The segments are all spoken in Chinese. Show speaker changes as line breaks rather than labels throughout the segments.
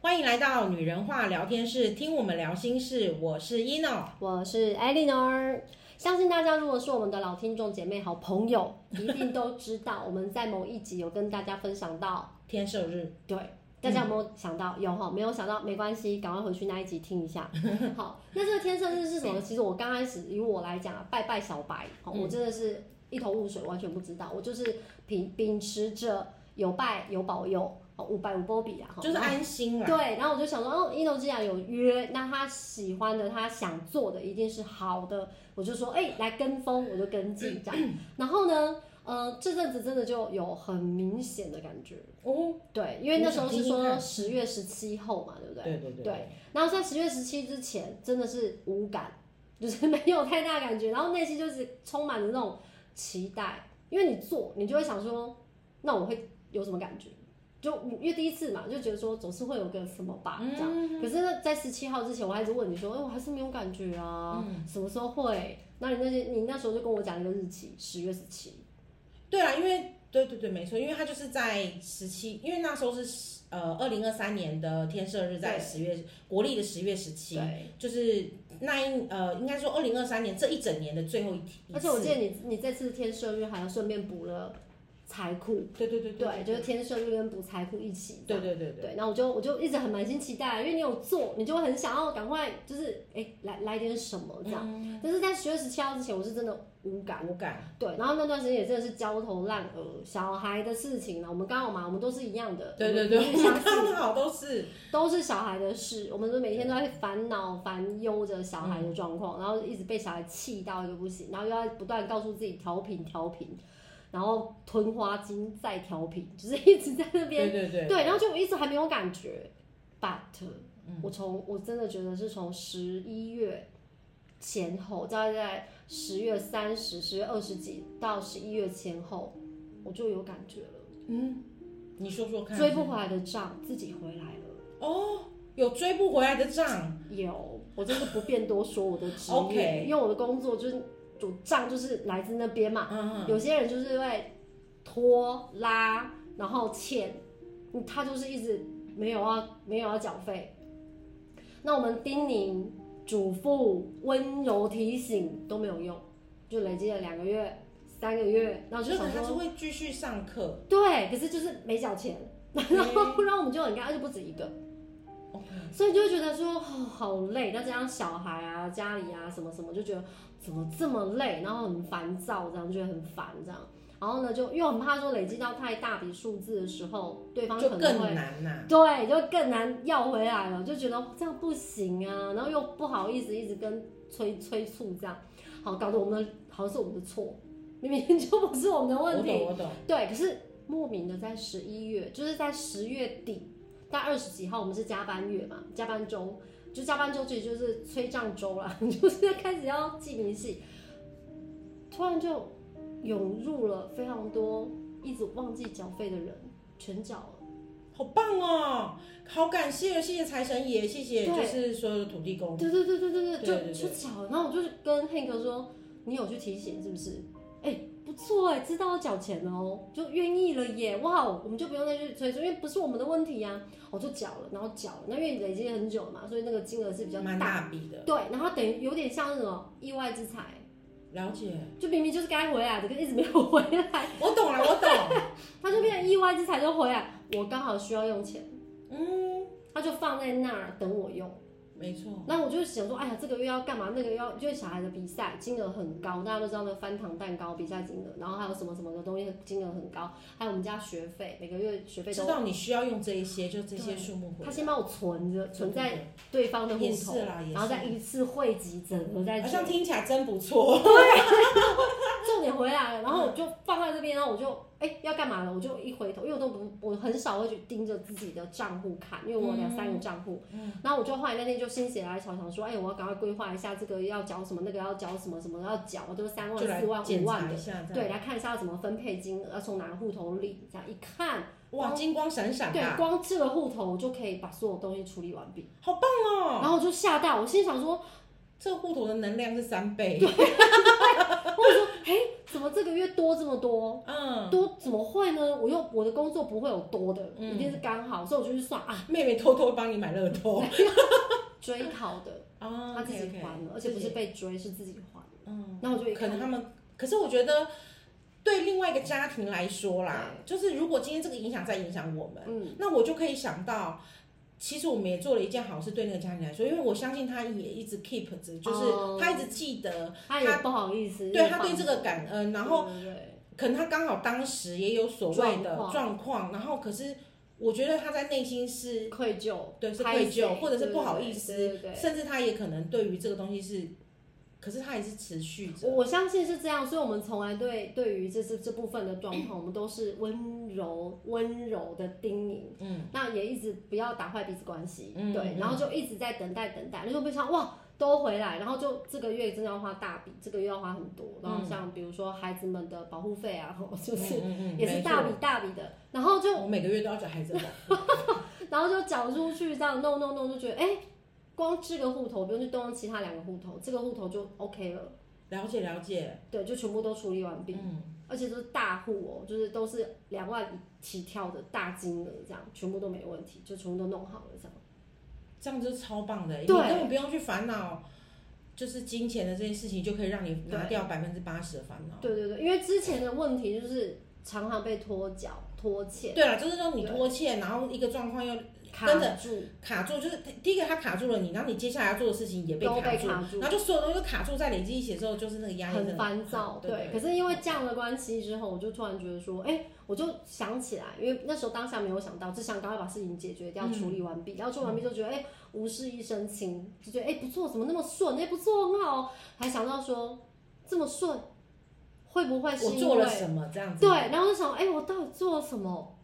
欢迎来到女人话聊天室，听我们聊心事。我是 ino，
我是 Eleanor。相信大家如果是我们的老听众、姐妹、好朋友，一定都知道我们在某一集有跟大家分享到，
天寿日，
对，大家有没有想到？有哈，没有想到没关系，赶快回去那一集听 一下。好，那这个天赦日是
嗯
什么？其实我刚开始以我来讲啊，拜拜小白，好，我真的是一头雾水，完全不知道。我就是秉秉持着有拜有保佑，好五百五波比啊，哈
就是安心啦。
对，然后我就想说，哦，一诺既然有约，那他喜欢的、他想做的一定是好的，我就说，哎、来跟风，我就跟进这 样。然后呢，呃，这阵子真的就有很明显的感觉，
哦，
对，因为那时候是
我想听听
说
看
十月十七后嘛，对不对？
对对对
对然后在十月十七之前，真的是无感，就是 没有太大感觉，然后内心就是充满着那种期待，因为你做，你就会想说，那我会有什么感觉？就因为第一次嘛，就觉得说总是会有个什么吧，这样。
嗯
可是呢，在十七号之前，我还一直问你说，哎、我还是没有感觉啊，
嗯
什么时候会？那你那些，你那时候就跟我讲一个日期，十月十七，
对啦，因为对对对，没错，因为它就是在十七，因为那时候是呃二零二三年的天赦日在
对
十月国历的十月十七，
对。
就是那一呃应该说二零二三年这一整年的最后一天。
而且我记
得，
得你，你这次天赦日还要顺便补了财库，
对对对
对，就是天赦日跟补财库一起。
对对对对。
对，然后我就我就一直很满心期待，因为你有做，你就会很想要赶快，就是哎、来来点什么这样。
嗯
但是在十月十七号之前，我是真的无感。
无感，
对，然后那段时间也真的是焦头烂额，小孩的事情啊呢，我们刚好嘛，我们都是一样的，
对对对，
我
我
们都是
们
相似
刚好都是，
都是小孩的事，我们都每天都在烦恼、烦忧着小孩的状况，然后一直被小孩气到一个不行，然后又要不断告诉自己调频、调频，然后吞花精再调频，就是一直在那边
对对对，
然后就我一直还没有感觉，but、我
嗯
从我真的觉得是从十一月前后，大概在十月三十、十月二十几到十一月前后，我就有感觉了，
嗯，你说说看，
追不回来的账自己回来了，
哦，有追不回来的账，
有，我真的不便多说我的职 业
OK
因为我的工作就是主账就是来自那边嘛，
嗯，
有些人就是会拖拉，然后欠，嗯他就是一直没有要没有要缴费。那我们叮咛、嘱咐、温柔提醒都没有用，就累积了两个月、三个月，然后就
就
想
可他是
说，
会继续上课
对，可是就是没缴钱， 然后不然后我们就很尴尬，而且不止一个。
，OK，
所以就会觉得说、哦、好累，再加上小孩啊、家里啊什么什么，就觉得怎么这么累，然后很烦躁，这样就觉得很烦这样。然后呢，就又很怕说累积到太大笔数字的时候，对方
就
可能
更
会
难呐、
对就更难要回来了，就觉得这样不行啊，然后又不好意思一直跟催催促这样，好搞得我们的好像是我们的错，明明就不是我们的
我
问题
懂，。我懂，
对，可是莫名的在十一月，就是在十月底，大概二十几号，我们是加班月嘛，加班周，就加班周其实就是催账周啦， 就是开始要记明细，突然就涌入了非常多一直忘记缴费的人，全缴了。
好棒哦，好感谢，谢谢财神爷，谢谢就
对
是所有的土地公，
对对对对对
对对
对，就就缴了。然后我就是跟 Hank 说，你有去提醒是不是？哎、不错哎、知道要缴钱了哦，就愿意了耶！哇哦，我们就不用再去催促，因为不是我们的问题呀、我就缴了，然后缴了，那因为累积很久了嘛，所以那个金额是比较
蛮
大。
大笔的，
对，然后等于有点像那种意外之财，
了解，
就明明就是该回来的，可是一直没有回来，
我懂了，我懂，
他就变成意外之财就回来。我刚好需要用钱，
嗯，
他就放在那儿等我用。
没错，
那我就想说，哎呀，这个月要干嘛？那个月要，因为小孩的比赛金额很高，大家都知道那个翻糖蛋糕比赛金额，然后还有什么什么的东西金额很高，还有我们家学费，每个月学费
知
都，
道你需要用这一些，就这些数目回
他
来，
先帮我存着，存在
对
对方的户
也
头
是，啦，也
然后再
是。
一次汇集整合在
好
这
像
里，
听起来真不错，
重点回来了，然后我就放在这边，然后我就哎、要干嘛了？我就一回头，因为我都不我很少会去盯着自己的账户看，因为我有两三个账户，然后我就后来那天就心血来潮想说，哎、我要赶快规划一下这个要缴什么，那个要缴什么，什么要缴，我都三
就
万、
来
四万、五
检查
万
一
的，
下，这样
对，来看一下要怎么分配金额，要从哪个户头领，这样一看，
哇，金光闪闪啊
对，
的，
光这个户头我就可以把所有东西处理完毕。
好棒哦！
然后我就吓到，我心想说，
这个户头的能量是三倍，
或者说，哎，怎么这个月多这么多？
嗯，
多怎么会呢？我又我的工作不会有多的，
嗯
一定是刚好，所以我就去算啊，
妹妹偷偷帮你买乐透
追讨的，
哦
他自己
OK，OK
还了，而且不
自
是
己
被追，是自己还的。
嗯，
那我就一
可
看
能他们，可是我觉得对另外一个家庭来说啦，就是如果今天这个影响在影响我们，
嗯，
那我就可以想到，其实我们也做了一件好事对那个家庭来说，因为我相信他也一直 keep 着，就是
哦
他一直记得，
他也不好意思，
对他对这个感恩，然后
后对
可能他刚好当时也有所谓的
状况
状况，然后可是我觉得他在内心是
对愧疚，
对是
拍
愧疚
谁
或者是
对
不
对
好
对
意思
对对对
甚至他也可能对于这个东西是，可是他也是持续
我
着，
我相信是这样，所以我们从来对对于这这这部分的状况，我们都是温柔温柔的叮咛，
嗯，
那也一直不要打坏彼此关系，
嗯
对
嗯，
然后就一直在等待等待，你就会想哇都回来，然后就这个月真的要花大笔，这个月要花很多，然后像比如说孩子们的保护费啊， 吼就是
嗯嗯嗯
也是
没
大
错
笔大笔的，然后就
我每个月都要缴孩子的保护费，
然后就缴出去，这样弄弄弄，就觉得哎、光这个户头不用去动用其他两个户头，这个户头就 OK 了，
了解了解，
对，就全部都处理完毕，
嗯。
而且都是大户哦，就是都是两万起跳的大金额，这样全部都没问题，就全部都弄好了这样。
这样就是超棒的，你
对
根本不用去烦恼，就是金钱的这件事情，就可以让你拿
对
掉百分之八十的烦恼。
对对对，因为之前的问题就是常常被拖缴、拖欠、
对了，就是说你拖欠，然后一个状况又
卡
跟着
住，
卡住，就是第一个它卡住了你，然后你接下来要做的事情也被
都
卡
被
住，
卡住
然后，就所有东西都卡住在累积一起之后，就是那个压力真的
很烦躁。
对
对，可是因为这样的关系之后，我就突然觉得说，哎、我就想起来，因为那时候当下没有想到，只想赶快把事情解决掉、
嗯
处理完毕。然后做完毕就觉得，哎、无事一身轻，就觉得哎、不错，怎么那么顺？哎、不错，很好哦。还想到说这么顺，会不会是
我
因
做了
为
什么这样子？
对？，然后就想，哎、我到底做了什么？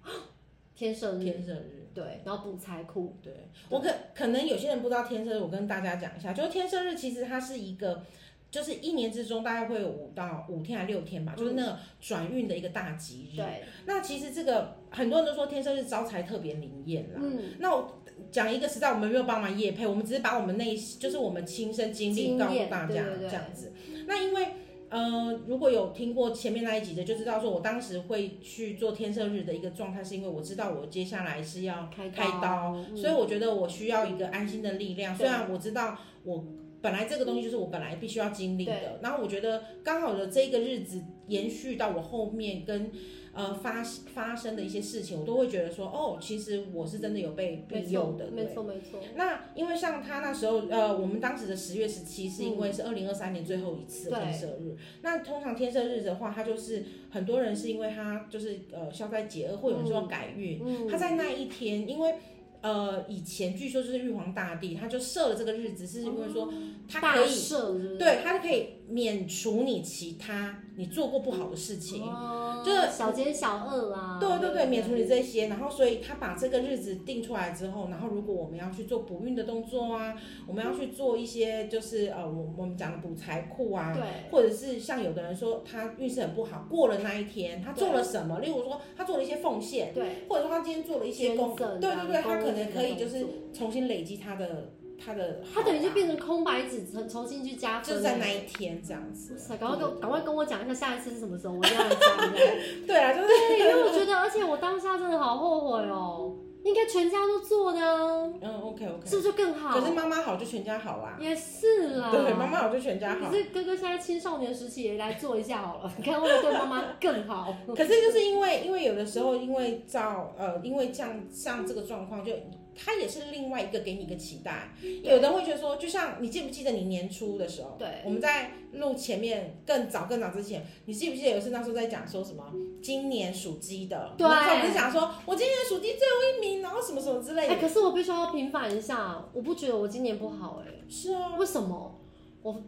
天赦日，
天赦日。
对，然后补财库，
对我可可能有些人不知道天赦日，我跟大家讲一下，就是天赦日其实它是一个，就是一年之中大概会有五到五天还六天吧，就是那个转运的一个大吉日。
对，
那其实这个很多人都说天生是招财特别灵验啦。
嗯，
那我讲一个实在，我们没有帮忙业配，我们只是把我们内就是我们亲身经历
经
告诉
验
大
对
家
对对
这样子。那因为呃，如果有听过前面那一集的，就知道说我当时会去做天赦日的一个状态，是因为我知道我接下来是要
开
开刀，
嗯
所以我觉得我需要一个安心的力量。虽
对
然我知道我本来这个东西就是我本来必须要经历的
对，
然后我觉得刚好的这个日子延续到我后面跟呃发发生的一些事情，我都会觉得说，哦，其实我是真的有被
没
庇
错
佑的，
没
对。
错没错，
那因为像他那时候，呃，我们当时的十月十七是因为是二零二三年最后一次的
嗯对
天赦日。那通常天赦日的话，他就是很多人是因为他就是呃消灾解厄，或有人说改运，
嗯，
他在那一天，因为呃以前据说就是玉皇大帝，他就设了这个日子，是因为说他
哦大
可以，
赦是不是？
对，他就可以免除你其他你做过不好的事情。
哦，
就是
小奸小恶啊，
对对对，免除你这些，然后所以他把这个日子定出来之后，然后如果我们要去做补运的动作啊，我们要去做一些就是呃，我我们讲的补财库啊，
对，
或者是像有的人说他运势很不好，过了那一天他做了什么，例如说他做了一些奉献，
对，
或者说他今天做了一些
捐
功，
赠啊
对对对，他
公益
可能可以
的
就是
动作
重新累积他的他的好啊，
他等于就变成空白纸，重重新去加
就
分
是
了，
在那一天这样子
哇。塞，赶快跟我赶快跟我讲一下下一次是什么时候，我一定要来加入。 对，
对啊，就是
因为我觉得，而且我当下真的好后悔哦，应该全家都做的啊，
嗯，OK OK。
是不是就更好？
可是妈妈好就全家好啦，
也是啊啦，
对，妈妈好就全家
可
好。
是哥哥现在青少年时期也来做一下好了，你看会不会对妈妈更好？
可是就是因为因为有的时候因为照呃因为像像这个状况就。他也是另外一个给你一个期待，有的人会觉得说，就像你记不记得你年初的时候，
对
我们在录前面更早更早之前，你记不记得有一次那时候在讲说什么？今年属鸡的，
对
那时候不是讲说我今年属鸡最后一名，然后什么什么之类
哎、
的。
可是我必须要平反一下，我不觉得我今年不好哎、
是啊，
为什么？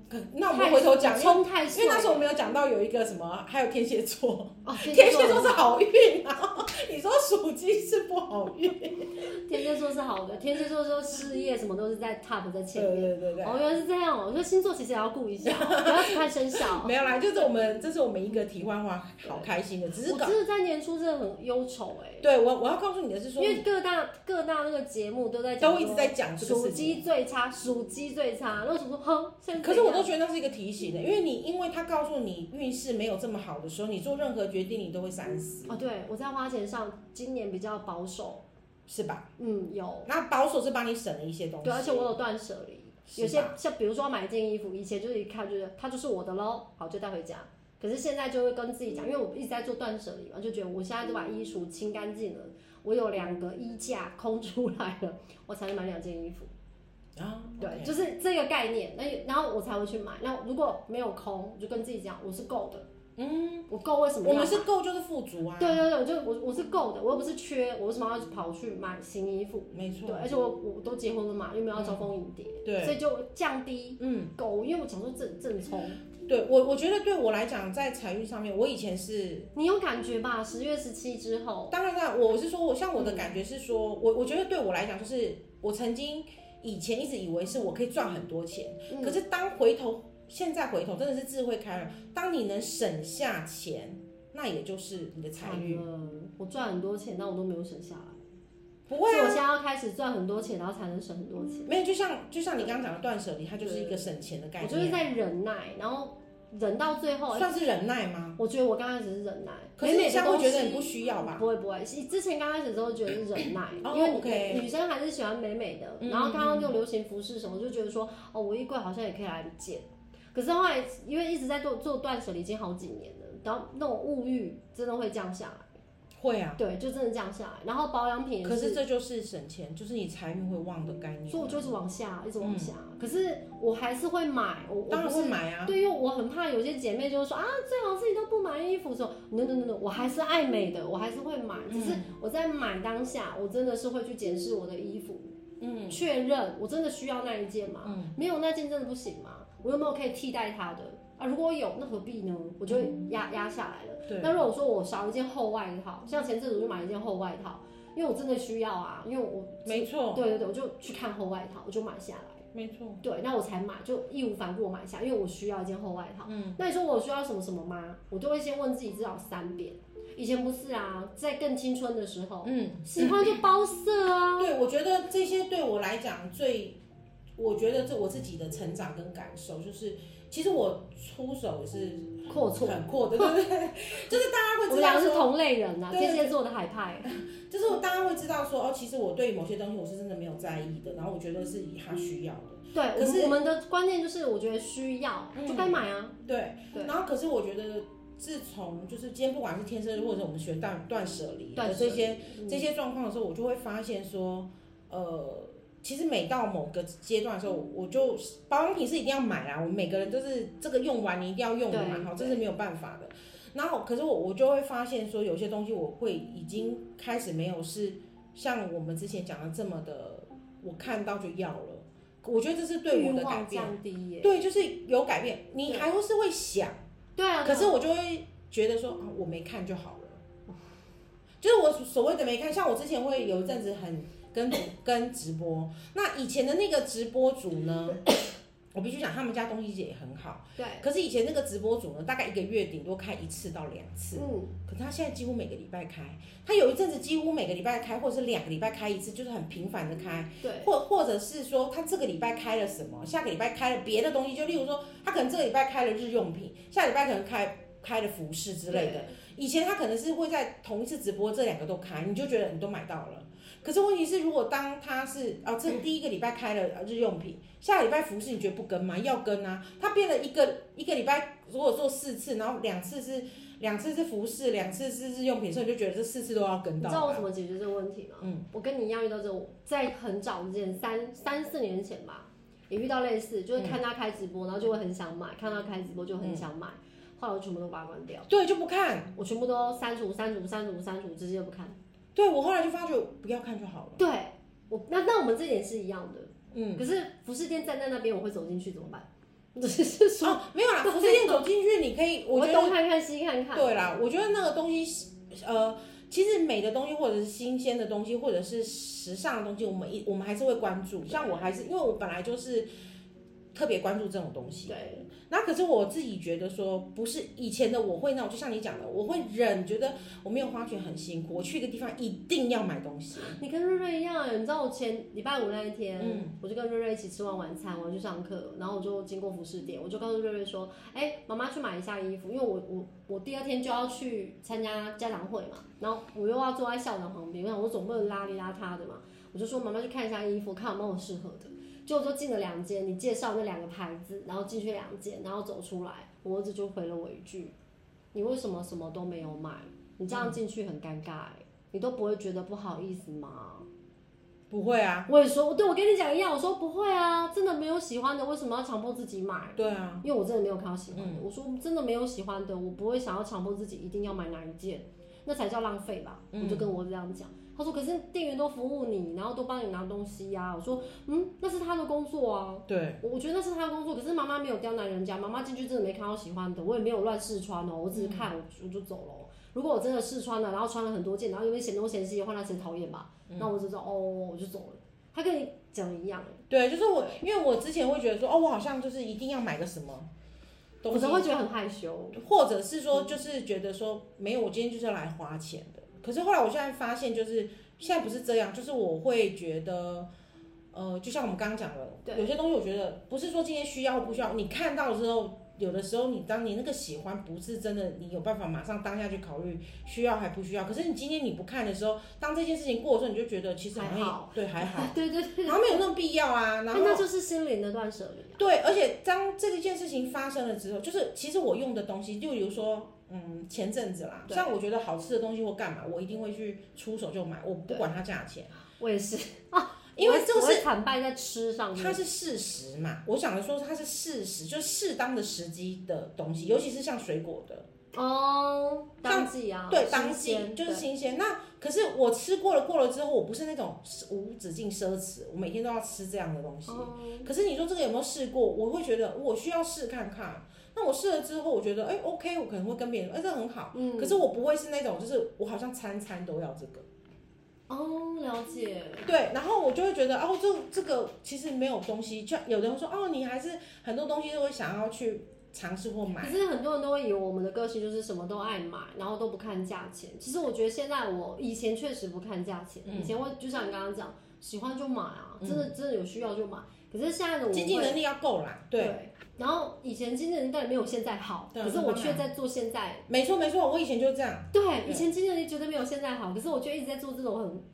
可那我们回头讲，
太
因为
冲太
因为那时
候
候我们有讲到有一个什么，还有天蝎座，
哦，
天蝎座是好运啊，你说属鸡是不好运，
天蝎座是好的，天蝎座说事业什么都是在 top 在
对
前面。
对对对。
哦，原来是这样哦，所以星座其实也要顾 一下，不要只看生肖。
没有啦，就是我们这是我们一个题外话，好开心的，只是
我
搞
真的在年初真的很忧愁哎、
对我我要告诉你的是
因
说，
为各大各大那个节目都在讲
都
说
一直在讲这个
属
事情。
鸡最差，属鸡最差。那我想说，哼，现在
可是我
怎
都
样
觉得那是一个提醒的，欸因为你因为他告诉你运势没有这么好的时候，你做任何决定你都会三思，
哦，对我在花钱上今年比较保守，
是吧？
嗯，有
那保守是帮你省了一些东西，
对，而且我有断舍离，
是
有些
吧
像比如说买一件衣服，以前就是一看就是它就是我的喽，好就带回家。可是现在就会跟自己讲，因为我一直在做断舍离嘛，就觉得我现在都把衣橱清干净了，我有两个衣架空出来了，我才能买两件衣服。
啊，
对，
OK
就是这个概念。那有然后我才会去买。那如果没有空，我就跟自己讲我是够的，
嗯，
我够为什么
我
要买？
们是够就是富足啊，
对对对，我就我我是够的，我又不是缺，我为什么要跑去买新衣服？
没
对，
错，嗯
而且我我都结婚了嘛，又没有要招蜂引蝶，
对
所以就降低
嗯，
狗，因为我想说正正冲，
对我我觉得对我来讲，在财运上面，我以前是
你有感觉吧？十月十七之后，
当然啦，我是说，我像我的感觉是说，我我觉得对我来讲，就是我曾经以前一直以为是我可以赚很多钱，可
嗯，
是当回头现在回头，真的是智慧开了。当你能省下钱，那也就是你的财
惨
运。
了，我赚很多钱，但我都没有省下来，
不会
所以我
啊，
现在要开始赚很多钱，然后才能省很多钱。
没有，就像就像你刚刚讲的断舍离，它就是一个省钱的概
我就是
念，
在忍耐，然后忍到最后，
算是忍耐吗？
我觉得我刚开始是忍耐，
可是你
每
现在
个
会
东西
觉得你不需要吧？，
不会不会，其之前刚开始的时候觉得是忍耐
哦
因为
OK
女女生还是喜欢美美的，
嗯
然后刚刚又流行服饰什么，就觉得说哦，我衣柜好像也可以来一件。可是后来因为一直在做做断舍离，已经好几年了，然后那种物欲真的会降下来，
会啊，
对，就真的降下来。然后保养品也
可是这就是省钱，就是你财运会旺的概念。啊
所以我就是往下一直往下，可是我还是会买，我我
嗯当
不
然
是
会买啊，
对，因为我很怕有些姐妹就是说啊，最好自己都不买衣服的时候，no no no no，我还是爱美的，我还是会买，只
嗯
是我在买当下，我真的是会去检视我的衣服，
嗯，
确认我真的需要那一件吗？没有那件真的不行吗？我有没有可以替代它的啊？如果有，那何必呢？我就会压压下来了。
嗯对。
那如果说我少一件厚外套，像前阵子我就买了一件厚外套，因为我真的需要啊，因为我
没错，
对对对，我就去看厚外套，我就买下来。
没错，
对，那我才买，就义无反顾我买下，因为我需要一件厚外套。
嗯，
那你说我需要什么什么吗？我都会先问自己至少三遍。以前不是啊，在更青春的时候，
嗯。
喜欢就包色啊。
对，我觉得这些对我来讲最，我觉得这我自己的成长跟感受就是，其实我出手也是
阔绰，
很阔的，对对 对，就是嗯大家
我
会
们
知
两
道
个是
说，
同类人啊，
对对
天
对嗯
蝎座的海派。
就是我大家会知道说，哦，其实我对某些东西我是真的没有在意的，然后我觉得是以他需要的，
对，
可
我
是
们我们的观念就是，我觉得需要
嗯
就该买啊。
对，
对
然后可是我觉得。自从就是今天不管是天生，或者是我们学断断舍离
断
的
舍离
这些
嗯
这些状况的时候，我就会发现说，呃，其实每到某个阶段的时候，我就保养品是一定要买啦。我们每个人都是这个用完你一定要用完
对
哈，这是没有办法的。然后，可是我我就会发现说，有些东西我会已经开始没有是像我们之前讲的这么的，我看到就要了。我觉得这是对我
欲
的改
望
变，
降低耶。
对，就是有改变。你还会是会想。
对啊，
可是我就会觉得说啊，我没看就好了。就是我所谓的没看，像我之前会有一阵子很跟跟直播，那以前的那个直播主呢，我必须讲他们家东西也很好，
对，
可是以前那个直播主呢，大概一个月顶多开一次到两次，
嗯，
可他现在几乎每个礼拜开，他有一阵子几乎每个礼拜开，或者是两个礼拜开一次，就是很频繁的开。
对，
或或者是说他这个礼拜开了什么，下个礼拜开了别的东西，就例如说他可能这个礼拜开了日用品，下礼拜可能开开了服饰之类的。
的。
以前他可能是会在同一次直播这两个都开，你就觉得你都买到了。可是问题是，如果当他是哦，
嗯
这第一个礼拜开了呃日用品，下礼拜服饰，你觉得不跟吗？要跟啊！他变了一个一个礼拜，如果做四次，然后两次是两次是服饰，两次是日用品，所以你就觉得这四次都要跟
你
到
知道我
吧。
怎么解决这个问题吗？
嗯，
我跟你一样遇到这种，在很早之前，三三四年前吧，也遇到类似，
嗯
就是看他开直播，然后就会很想买，看他开直播就很想买，后来我全部都把它关掉，
对，就不看。
我全部都删除、删除、删除、删除，直接不看。
对我后来就发觉不要看就好了。
对，我那那我们这点是一样的，
嗯，
可是服饰店站在那边，我会走进去怎么办？ 只是说
哦，没有啦，服饰店走进去你可以，我
我
觉
东
得
看看西看看，
对啦，我觉得那个东西是呃，其实美的东西或者是新鲜的东西或者是时尚的东西，我们一我们还是会关注。像我还是因为我本来就是特别关注这种东西，
对，
那可是我自己觉得说，不是以前的我会那种，就像你讲的，我会忍，觉得我没有花钱很辛苦，我去一个地方一定要买东西。
你跟瑞瑞一样，欸你知道我前礼拜五那一天，
嗯
我就跟瑞瑞一起吃完晚餐，我要去上课，然后我就经过服饰店，我就告诉瑞瑞说，哎、妈妈去买一下衣服，因为我我我第二天就要去参加家长会嘛，然后我又要坐在校长旁边，我想我总不能邋里邋遢的嘛，我就说妈妈去看一下衣服，看有没有适合的。就我就进了两间，你介绍那两个牌子，然后进去两间，然后走出来，我儿子就回了我一句：“你为什么什么都没有买？你这样进去很尴尬、欸，你都不会觉得不好意思吗？”
不会啊，
我也说，对我跟你讲一样，我说不会啊，真的没有喜欢的，为什么要强迫自己买？
对啊，
因为我真的没有看到喜欢的，我说真的没有喜欢的，我不会想要强迫自己一定要买哪一件，那才叫浪费吧。我就跟我这样讲，他说可是店员都服务你，然后都帮你拿东西呀、我说嗯，那是他的工作啊。
对，
我我觉得那是他的工作，可是妈妈没有刁难人家，妈妈进去真的没看到喜欢的，我也没有乱试穿哦，我
嗯
只是看我我就走了哦。如果我真的试穿了，然后穿了很多件，然后因为嫌东嫌西的话，那谁讨厌吧？
嗯
那我就说哦，我就走了。他跟你讲的一样，
对，就是我，因为我之前会觉得说，哦，我好像就是一定要买个什么
我
东西
真，会觉得很害羞。
或者是
嗯
说，就是觉得说，没有，我今天就是要来花钱的。可是后来我现在发现，就是现在不是这样，就是我会觉得，呃，就像我们刚刚讲的，
对
有些东西我觉得不是说今天需要或不需要，你看到之后，有的时候你当你那个喜欢不是真的，你有办法马上当下去考虑需要还不需要。可是你今天你不看的时候，当这件事情过的时候，你就觉得其实好像也
还好
对还好，
对对对，
然后没有那么必要啊，然
那
后
那就是心灵的断舍离。
对，而且当这一件事情发生了之后，就是其实我用的东西，就比如说，嗯，前阵子啦，
对
像我觉得好吃的东西或干嘛，我一定会去出手就买，我不
对
管它价钱，
我也是，
因为
我
这个
我会
是
惨败在吃上
它
面。
是事实嘛。我想的说它是事实，就是适当的时机的东西，尤其是像水果的，
哦，当季啊，
对，
新
当季
鲜
就是
对
新鲜。那可是我吃过了，过了之后，我不是那种无止境奢侈，我每天都要吃这样的东西。
哦
可是你说这个有没有试过？我会觉得我需要试看看。那我试了之后，我觉得哎、OK，我可能会跟别人说，哎、这很好。
嗯
可是我不会是那种，就是我好像餐餐都要这个，
哦，了解。
对，然后我就会觉得哦，这这个其实没有东西，就有的人说哦，你还是很多东西都会想要去尝试或
可
买，
是很多人都会以为我们的个性就是什么都爱买，然后都不看价钱。其实我觉得现在我以前确实不看价钱，
嗯
以前会就像你刚刚讲，喜欢就买啊，
嗯
真的真的有需要就买。可是现在的我
经济
会
能力要够啦，对，
然后以前经济能力当然没有现在好，
对
可是
慢
我
慢
却
来
在做现在。
没错没错，我以前就这样，
对，
对
以前经济能力绝对没有现在好，可是我却一直在做这种很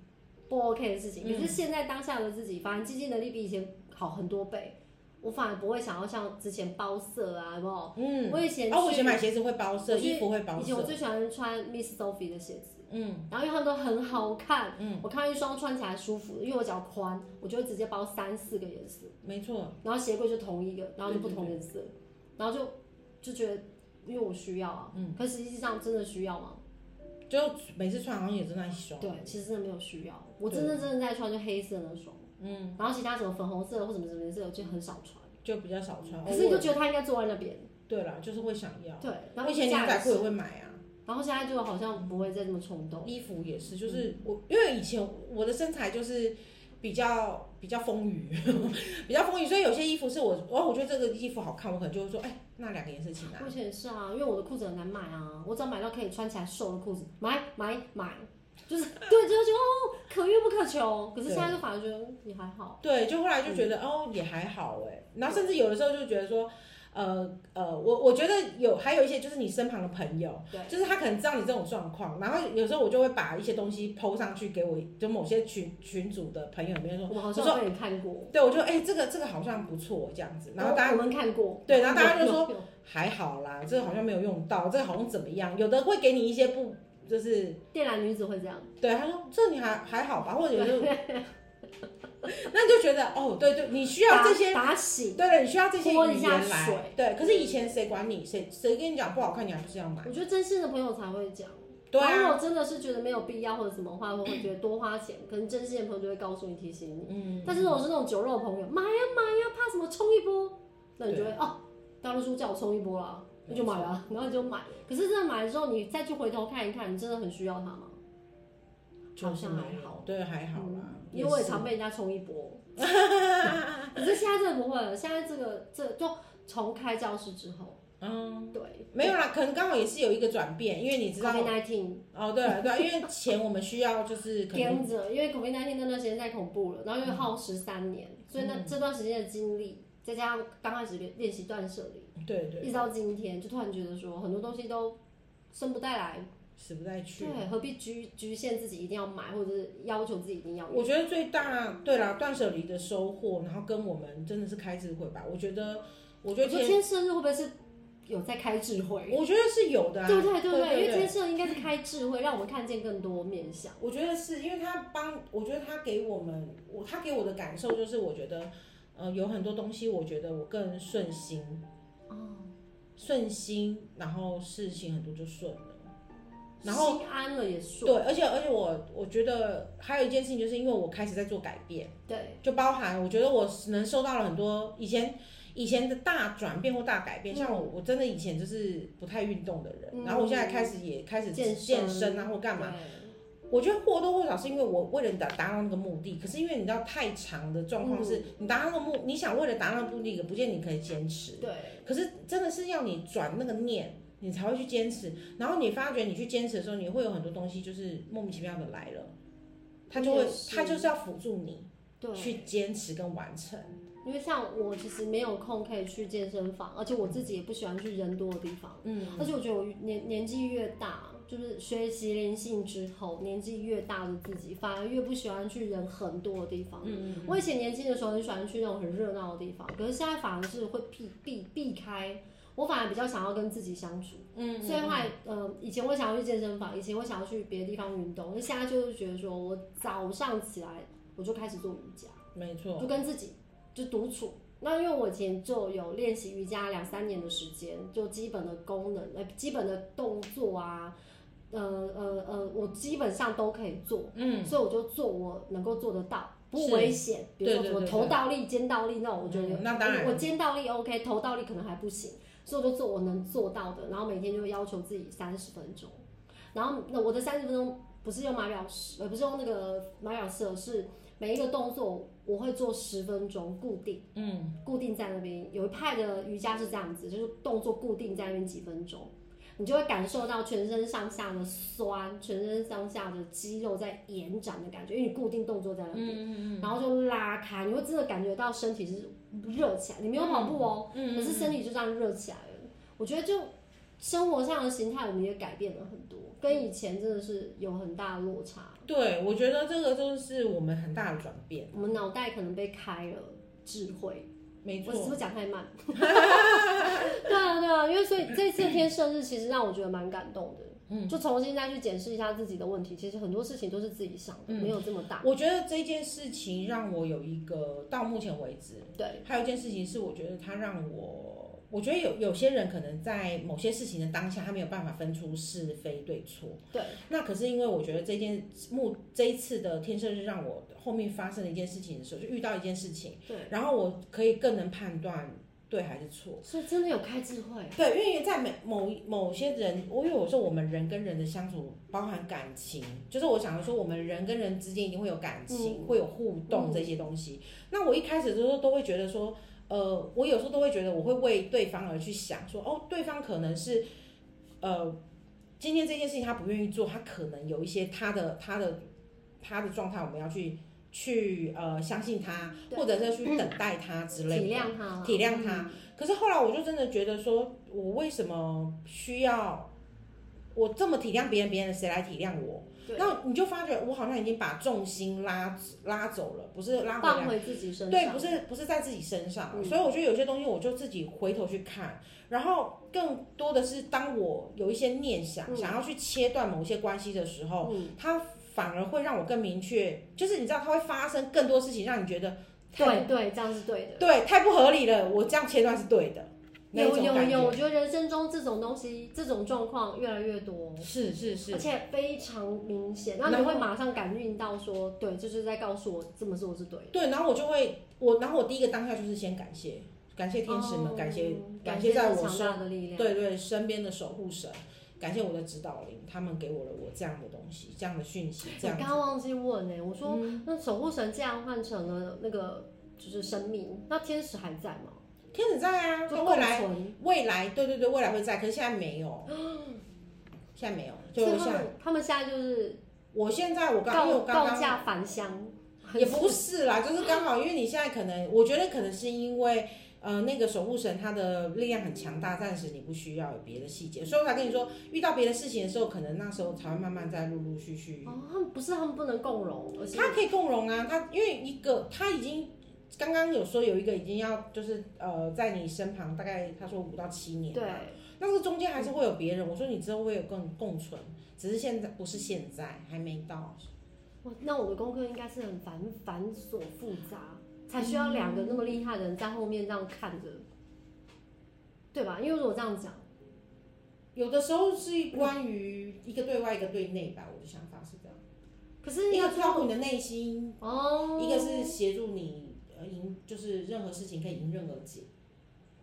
不 OK 的事情。
嗯
可是现在当下的自己，反而经济能力比以前好很多倍，我反而不会想要像之前包色啊，有没有？
嗯，
我以前
然后我以前
去
买鞋子会包色，
我去
衣服会包
以前我
色，
最喜欢穿 Miss Sophie 的鞋子，
嗯
然后因为它们都很好看，
嗯，
我看到一双穿起来舒服的，因为我脚宽，我就会直接包三四个颜色，
没错，
然后鞋柜就同一个，然后就
嗯
不
对对
同颜色，然后就就觉得因为我需要啊，
嗯
可实际上真的需要吗？
就每次穿好像也是那一双，
对，其实真的没有需要，我
对
真正真的在穿就黑色那双，
嗯，
然后其他什么粉红色或什么什么颜色我就很少穿，
就比较少穿，
可是你
偶
就
尔
觉得它应该坐在那边，
对啊啦，就是会想要。
对，然后
我以前牛
价
仔
格
裤也
是，
会买啊，
然后现在就好像不会再这么冲动，
衣服也是，就是我因为以前我的身材就是比较比较丰腴， 比较丰腴，所以有些衣服是我，哦，我觉得这个衣服好看，我可能就会说，哎，那两个颜色一起拿
目。前也是啊，因为我的裤子很难买啊，我只要买到可以穿起来瘦的裤子，买买买，就是对，就是觉得哦，可遇不可求。可是现在就反而觉得也还好，
对，就后来就觉得、哦也还好哎、然后甚至有的时候就觉得说，呃呃，我我觉得有还有一些就是你身旁的朋友，
对
就是他可能知道你这种状况，然后有时候我就会把一些东西抛上去给我就某些群群组的朋友里面说，
我们好
我
像被你看过，
对，我就哎、这个这个好像不错这样子，然后大家
我们看过，
对然后大家就
有
说，
有有
还好啦，这个好像没有用到，这个好像怎么样？有的会给你一些不，就是
电缆女子会这样，
对他说这你还还好吧，或者就是， 那你就觉得哦，对对，你需要这些，
打打洗，
对了，你需要这些
泼一
语
下
言
水嗯
来，对。可是以前谁管你，谁谁跟你讲不好看，你还不是要买？
我觉得真心的朋友才会讲。
对
然后如
啊，
果真的是觉得没有必要或者什么话，会会觉得多花钱，可能真心的朋友就会告诉你提醒你。
嗯，
但是如果是那种酒肉朋友，买呀买呀，怕什么冲一波，那你就会哦，大陆书叫我冲一波啦，我就买了啊，然后你就买。可是真的买了之后，你再去回头看一看，你真的很需要它吗？好像还好，嗯
对，还好啦。
因为我也
是
常被人家冲一波。 可是现在真的不会了，现在这个这就从开教室之后，
嗯，
对
没有啦，可能刚好也是有一个转变，因为你知道
COVID 19
哦，对了对了，因为钱我们需要就是可能
跟着，因为 COVID 19那段时间太恐怖了，然后又耗时三年，所以
嗯
那这段时间的经历，再加上刚开始练练习断舍离，
对对
一直到今天，就突然觉得说很多东西都生不带来，
死不再去。
对，何必局局限自己一定要买，或者是要求自己一定要
我
用？
觉得最大对啦，断舍离的收获，然后跟我们真的是开智慧吧。我觉得，我觉
我
得
觉得
天，
天生日会不会是有在开智慧？
我觉得是有的、啊，
对不对？对不
对
因为天生应该是开智慧，让我们看见更多面相。
我觉得是因为他帮，我觉得他给我们，我他给我的感受就是，我觉得，呃，有很多东西，我觉得我更顺心，
哦，
顺心，然后事情很多就顺了。然后
心安了也
对
顺，，
而且而且我我觉得还有一件事情，就是因为我开始在做改变，
对，
就包含我觉得我能受到了很多以前以前的大转变或大改变，
嗯
像我我真的以前就是不太运动的人，
嗯
然后我现在开始也开始
健
健身啊或干嘛，
对？
我觉得或多或少是因为我为了达达到那个目的，可是因为你知道太长的状况
嗯
是，你达到那个目，你想为了达到目的，也不见你可以坚持。
对，
可是真的是要你转那个念，你才会去坚持。然后你发觉你去坚持的时候，你会有很多东西就是莫名其妙的来了，它就
我
会
嗯也是
它就是要辅助你
对，
去坚持跟完成。
因为像我其实没有空可以去健身房，而且我自己也不喜欢去人多的地方，
嗯，
而且我觉得我年年纪越大，就是学习灵性之后，年纪越大的自己反而越不喜欢去人很多的地方。
嗯
我以前年轻的时候很喜欢去那种很热闹的地方，可是现在反而是会避避避开。我反而比较想要跟自己相处，
嗯
所以后来，呃，以前我想要去健身房，以前我想要去别的地方运动，那现在就是觉得说我早上起来我就开始做瑜伽，
没错，
就跟自己就独处。那因为我以前就有练习瑜伽两三年的时间，就基本的功能、呃基本的动作啊，呃呃呃，我基本上都可以做，
嗯，
所以我就做我能够做得到，不
是
危险。比如说
对
什
对
么
对
头倒立、肩倒立那种，我觉得有
嗯那当然
我肩倒立 OK，头倒立可能还不行，所以我就做我能做到的，然后每天就要求自己三十分钟。然后那我的三十分钟不是用码表时，呃，不是用那个码表时，而是每一个动作我会做十分钟固定，
嗯，
固定在那边。有一派的瑜伽是这样子，就是动作固定在那边几分钟。你就会感受到全身上下的酸，全身上下的肌肉在延展的感觉，因为你固定动作在
嗯
那边，然后就拉开，你会真的感觉到身体是热起来。你没有跑步哦，
嗯
可是身体就这样热起来了。我觉得就生活上的形态，我们也改变了很多，跟以前真的是有很大的落差。
对，我觉得这个就是我们很大的转变，
我们脑袋可能被开了智慧，
没
我是不
错，
是讲太慢？ 对啊，对啊，因为所以这次天赦日其实让我觉得蛮感动的，
嗯
就重新再去检视一下自己的问题。其实很多事情都是自己想的，
嗯
没有这么大。
我觉得这件事情让我有一个到目前为止，
对，
还有一件事情是，我觉得它让我，我觉得有有些人可能在某些事情的当下，他没有办法分出是非对错。
对，
那可是因为我觉得这件目这一次的天赦日，让我后面发生了一件事情的时候，就遇到一件事情，
对，
然后我可以更能判断对还是错。
所以真的有开智慧。啊
对，因为在每某某些人，我因为我说我们人跟人的相处，包含感情，就是我想说我们人跟人之间一定会有感
嗯
情，会有互动这些东西。那我一开始的时候都会觉得说，呃，我有时候都会觉得我会为对方而去想说，哦，对方可能是，呃，今天这件事情他不愿意做，他可能有一些他的他的他的状态，我们要去去呃相信他，
对
或者是去等待他之类的。
体谅他啦，
体谅他可是后来我就真的觉得说，我为什么需要我这么体谅别人，别人谁来体谅我？
对
那你就发觉我好像已经把重心拉拉走了，不是拉
嗯，
回来
放回自己身上。
对，不是不是在自己身上，
嗯
所以我觉得有些东西我就自己回头去看，然后更多的是当我有一些念想，
嗯
想要去切断某些关系的时候，
嗯，
它反而会让我更明确，就是你知道它会发生更多事情，让你觉得太
对对，这样是对的。
对太不合理了，我这样切断是对的，那
有
一种
有
感
有，我
觉，
觉得人生中这种东西，这种状况越来越多，
是是是
而，且非常明显，
然
那
后
你会马上感应到说，对，这就是在告诉我这么做是对的。
对，然后我就会我，然后我第一个当下就是先感谢，感谢天使们，
哦
感谢
感
谢在我
强
身
大的力量，
对对身边的守护神，感谢我的指导灵，他们给我了我这样的东西，这样的讯息，这
我
样
刚
子嗯
刚忘记问呢、我说、那守护神既然换成了那个就是生命，那天使还在吗？
天使在啊，
就
跟
共
未来
存，
未来对对对未来会在，可是现在没有，现在没有，就
所以他
像
们他们现在就是
我现在我刚因为
告
我刚
告
刚。
假返乡，
也不是啦，就是刚好，因为你现在可能，我觉得可能是因为，呃，那个守护神他的力量很强大，暂时你不需要有别的细节，所以我才跟你说，遇到别的事情的时候，可能那时候才会慢慢再陆陆续续。
哦，他们不是他们不能共荣，而是
他可以共融啊，他因为一个他已经刚刚有说有一个已经要就是呃在你身旁，大概他说五到七年，
对，
那这个中间还是会有别人。我说你之后会有共共存，只是现在不是现在，还没到。
哇，那我的功课应该是很繁繁琐复杂，才需要两个那么厉害的人在后面这样看着，对吧？因为如果这样讲，
有的时候是关于一个对外，一个对内吧，我的想法是这样。
可是
一
要
个照顾你的内心，
哦，
一个是协助你呃迎，就是任何事情可以迎刃而解。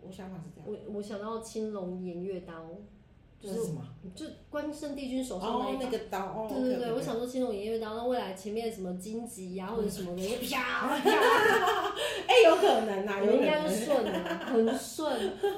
我想法是这样。
我我想到青龙偃月刀，就
这
是
什么？
就关圣帝君手上那
哦
一，
那
把。
个刀哦，
对对
OK，OK，
对，我
OK
想说青龙偃月刀，那未来前面什么荆棘呀、或者什么的， 就啪 啪，
哎、有可能啊，
我
有
应
可
该就
能，
顺了，很顺。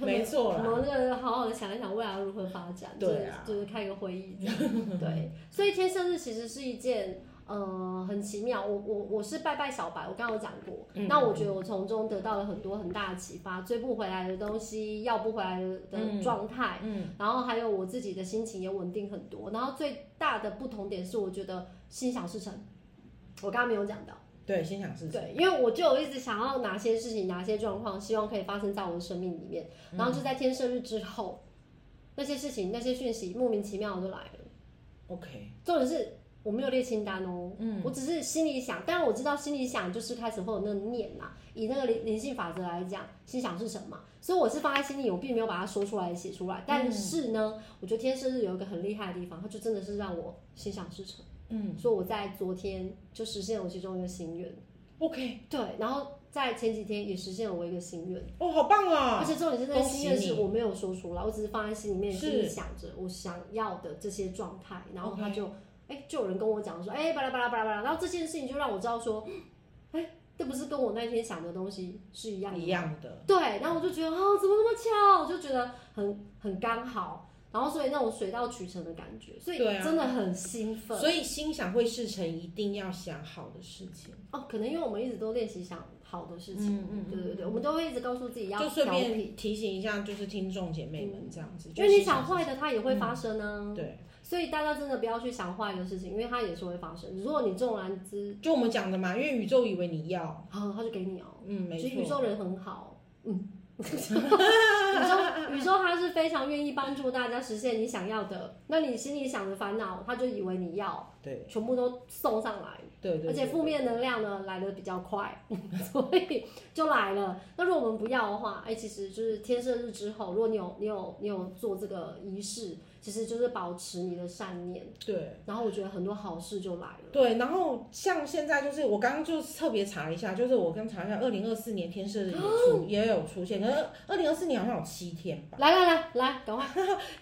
没错
我
啦。
们那个好好的想一想未来要如何发展，
对啊
就是就是开个会议这 样。对，所以天生日其实是一件。呃，很奇妙。我我我是拜拜小白，我刚刚有讲过。
嗯
那我觉得我从中得到了很多很大的启发，追不回来的东西，要不回来的的
嗯
状态，
嗯，
然后还有我自己的心情也稳定很多。然后最大的不同点是，我觉得心想事成。我刚刚没有讲到，
对，心想事成。
对，因为我就有一直想要哪些事情、哪些状况，希望可以发生在我的生命里面。然后就在天生日之后，那些事情、那些讯息莫名其妙的就来了。
OK，
重点是我没有列清单哦，
嗯
我只是心里想，当然我知道心里想就是开始会有那个念嘛，以那个灵灵性法则来讲，心想是什么，所以我是放在心里，我并没有把它说出来写出来。
嗯
但是呢，我觉得天生日有一个很厉害的地方，它就真的是让我心想事成，
嗯
所以我在昨天就实现了我其中一个心愿，
，OK，
对，然后在前几天也实现了我一个心愿。
哦，好棒啊
而！且重点是那个心愿
恭喜
是
你
我没有说出来，我只是放在心里面，
是
心里想着我想要的这些状态，然后
OK
他就哎、就有人跟我讲说，哎、巴拉巴拉巴拉巴拉，然后这件事情就让我知道说，哎、这不是跟我那天想的东西是一样的吗
一样的，
对，然后我就觉得哦，怎么那么巧，我就觉得很很刚好，然后所以那种水到渠成的感觉，所以
对啊
真的很兴奋、
所以心想会事成，一定要想好的事情。
哦。可能因为我们一直都练习想好的事情，
嗯嗯嗯
对对对，我们都会一直告诉自己要
就顺
调皮，嗯
便提醒一下，就是听众姐妹们这样子，
因为
就是嗯
你想坏的它也会发生啊。
对，
所以大家真的不要去想坏的事情，因为它也是会发生。如果你纵然之，
就我们讲的嘛，因为宇宙以为你要，
啊，它就给你哦、
嗯，没
其实
错
宇。宙人很好， 嗯，宇宙宇宙它是非常愿意帮助大家实现你想要的。那你心里想的烦恼，它就以为你要，
对
全部都送上来。
对对，
而且
对
负面能量呢来的比较快， 所以就来了。那如果我们不要的话，哎、其实就是天赦日之后，如果你有你有你有做这个仪式，其实就是保持你的善念。
对
然后我觉得很多好事就来了。
对，然后像现在就是我刚刚就特别查了一下，就是我跟查一下，二零二四年天赦日也
哦
出也有出现，可是二零二四年好像有七天吧。
来来来来，赶快！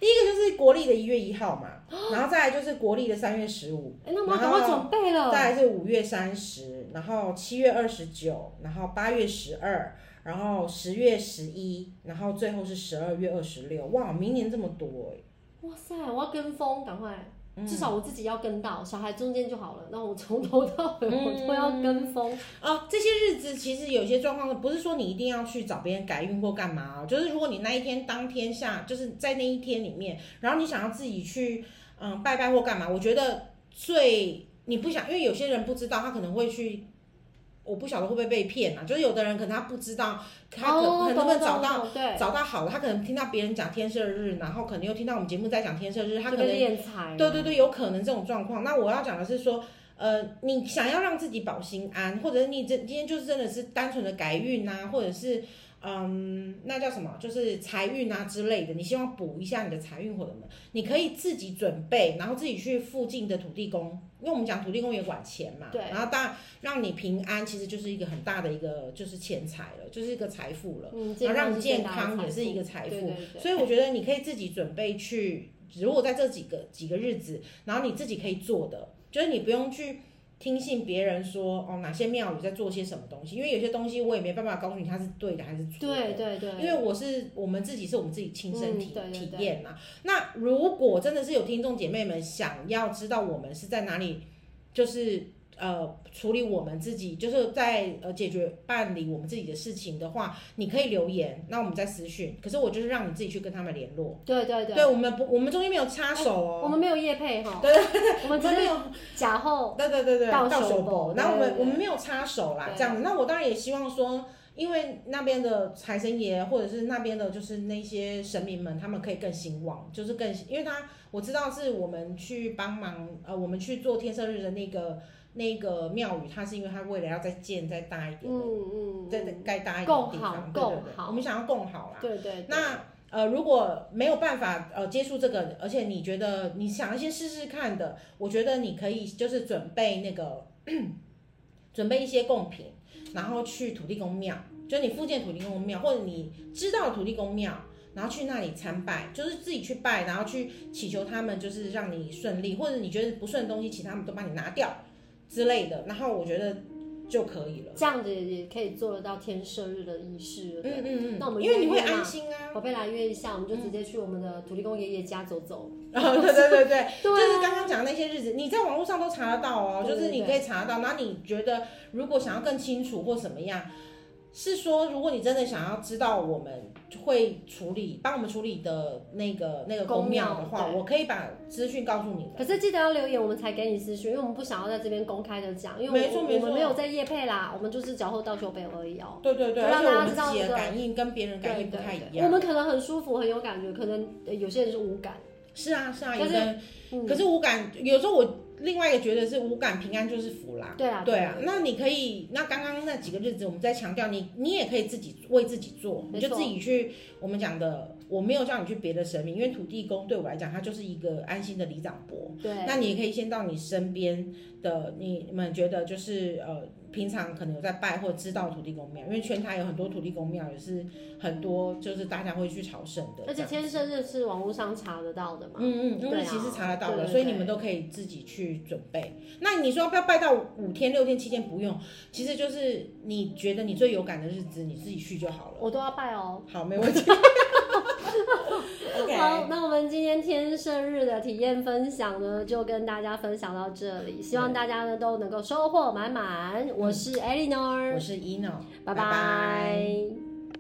第一个就是国历的一月一号嘛，然后再来就是国历的三月十五，
哎，那我们赶快准备了。
嗯再来啊是五月三十，然后七月二十九，然后八月十二，然后十月十一，然后最后是十二月二十六。哇，明年这么多哎、
哇塞，我要跟风，赶快！
嗯
至少我自己要跟到，小孩中间就好了。那我从头到尾我都要跟风。
哦，这些日子其实有些状况不是说你一定要去找别人改运或干嘛哦，就是如果你那一天当天下，就是在那一天里面，然后你想要自己去嗯拜拜或干嘛，我觉得最你不想，因为有些人不知道，他可能会去。我不晓得会不会被骗啊，就是有的人可能他不知道，他可、
哦
可能会找到
懂懂懂对，
找到好的，他可能听到别人讲天赦日，然后可能又听到我们节目在讲天赦日，他
就
可能
被敛财。
对对对，有可能这种状况。那我要讲的是说，呃，你想要让自己保心安，或者是你这今天就是真的是单纯的改运呐、或者是嗯，那叫什么，就是财运啊之类的，你希望补一下你的财运或者什么，你可以自己准备，然后自己去附近的土地公，因为我们讲土地公也管钱嘛，
对
然后当然让你平安，其实就是一个很大的一个就是钱财了，就是一个财富了。
嗯，
然后让你
是
健
最大的
康
财
也是一
富
个财
对
富
对对
所以我觉得你可以自己准备去，如果在这几个几个日子，然后你自己可以做的，就是你不用去听信别人说哦哪些庙宇在做些什么东西，因为有些东西我也没办法告诉你它是对的还是错的。
对对对，
因为我是我们自己是我们自己亲身
嗯
体、
对对对
体验呐、那如果真的是有听众姐妹们想要知道我们是在哪里，就是呃处理我们自己，就是在呃解决办理我们自己的事情的话，你可以留言，那我们再私讯。可是我就是让你自己去跟他们联络。
对对
对
对，
我们不，我们中间没有插手哦。
我们没有叶配哈，
对
我
我
们只
们没
是
有
假后
对对对对，
到
到
手
手
薄
薄。然后我
对
们
对
我们没有插手啦，
对
这样子。那我当然也希望说，因为那边的财神爷或者是那边的，就是那些神明们，他们可以更兴旺，就是更，因为他我知道是我们去帮忙，呃，我们去做天赦日的那个那个庙宇，它是因为它为了要再建再大一点的，
嗯嗯，
再再
嗯
盖大一点
更
的地方，
好
对对
更
对，
好
我们想要更好啦。
对对，对
那呃，如果没有办法呃接触这个，而且你觉得你想先试试看的，我觉得你可以就是准备那个 准备一些贡品，然后去土地公庙，就是你附近的土地公庙，或者你知道的土地公庙。然后去那里参拜，就是自己去拜，然后去祈求他们，就是让你顺利，或者你觉得不顺的东西，请他们都帮你拿掉之类的。然后我觉得就可以了。
这样子也可以做得到天赦日的仪式，对不
嗯
对
嗯嗯，
那我们
因为你会
约嘛
安心啊。
宝贝来约一下，我们就直接去我们的土地公爷爷家走走。
然后 对对对对，就是
啊
刚刚讲的那些日子，你在网络上都查得到哦，
对
就
对
是你可以查得到。然后你觉得如果想要更清楚或什么样，是说如果你真的想要知道我们会处理帮我们处理的那个那个
公
公庙
庙
的话，
对
我可以把资讯告诉你
可
们。
是记得要留言，我们才给你私讯，因为我们不想要在这边公开的讲，因为
没错
我
没
我
错
们没有在夜配啦，我们就是脚后倒酒杯而已哦、
对对对，
就让
而且我
大家
们
知道
自己
这
的
个
感应跟别人感
对
应不太一
对，我
样。
们可能很舒服，很有感觉，可能呃有些人是无感。
是啊是啊，
可
有
是
的人
嗯，
可是无感，有时候我另外一个觉得是无感平安就是福啦。
对啊，
对啊，那你可以，那刚刚那几个日子，我们在强调你，你也可以自己为自己做，
没
你
错
就自己去。我们讲的，我没有叫你去别的神明，因为土地公对我来讲，他就是一个安心的里长伯。
对，
那你也可以先到你身边的，你们觉得就是呃，平常可能有在拜或知道土地公庙，因为圈台有很多土地公庙，也是很多就是大家会去朝圣的。
而且
这样
天生日是网络上查得到的嘛。
嗯嗯，因
对
为
啊
其实查得到
对
了，
对
所以
对
你们都可以自己去准备。那你说要不要拜到五天、六天、七天？不用，其实就是你觉得你最有感的日子，你自己去就好了。
我都要拜哦。
好，没问题。
好，那我们今天天生日的体验分享呢，就跟大家分享到这里，希望大家呢都能够收获满满。我是 Eleanor，
我是 Eno，
拜
嗯拜
拜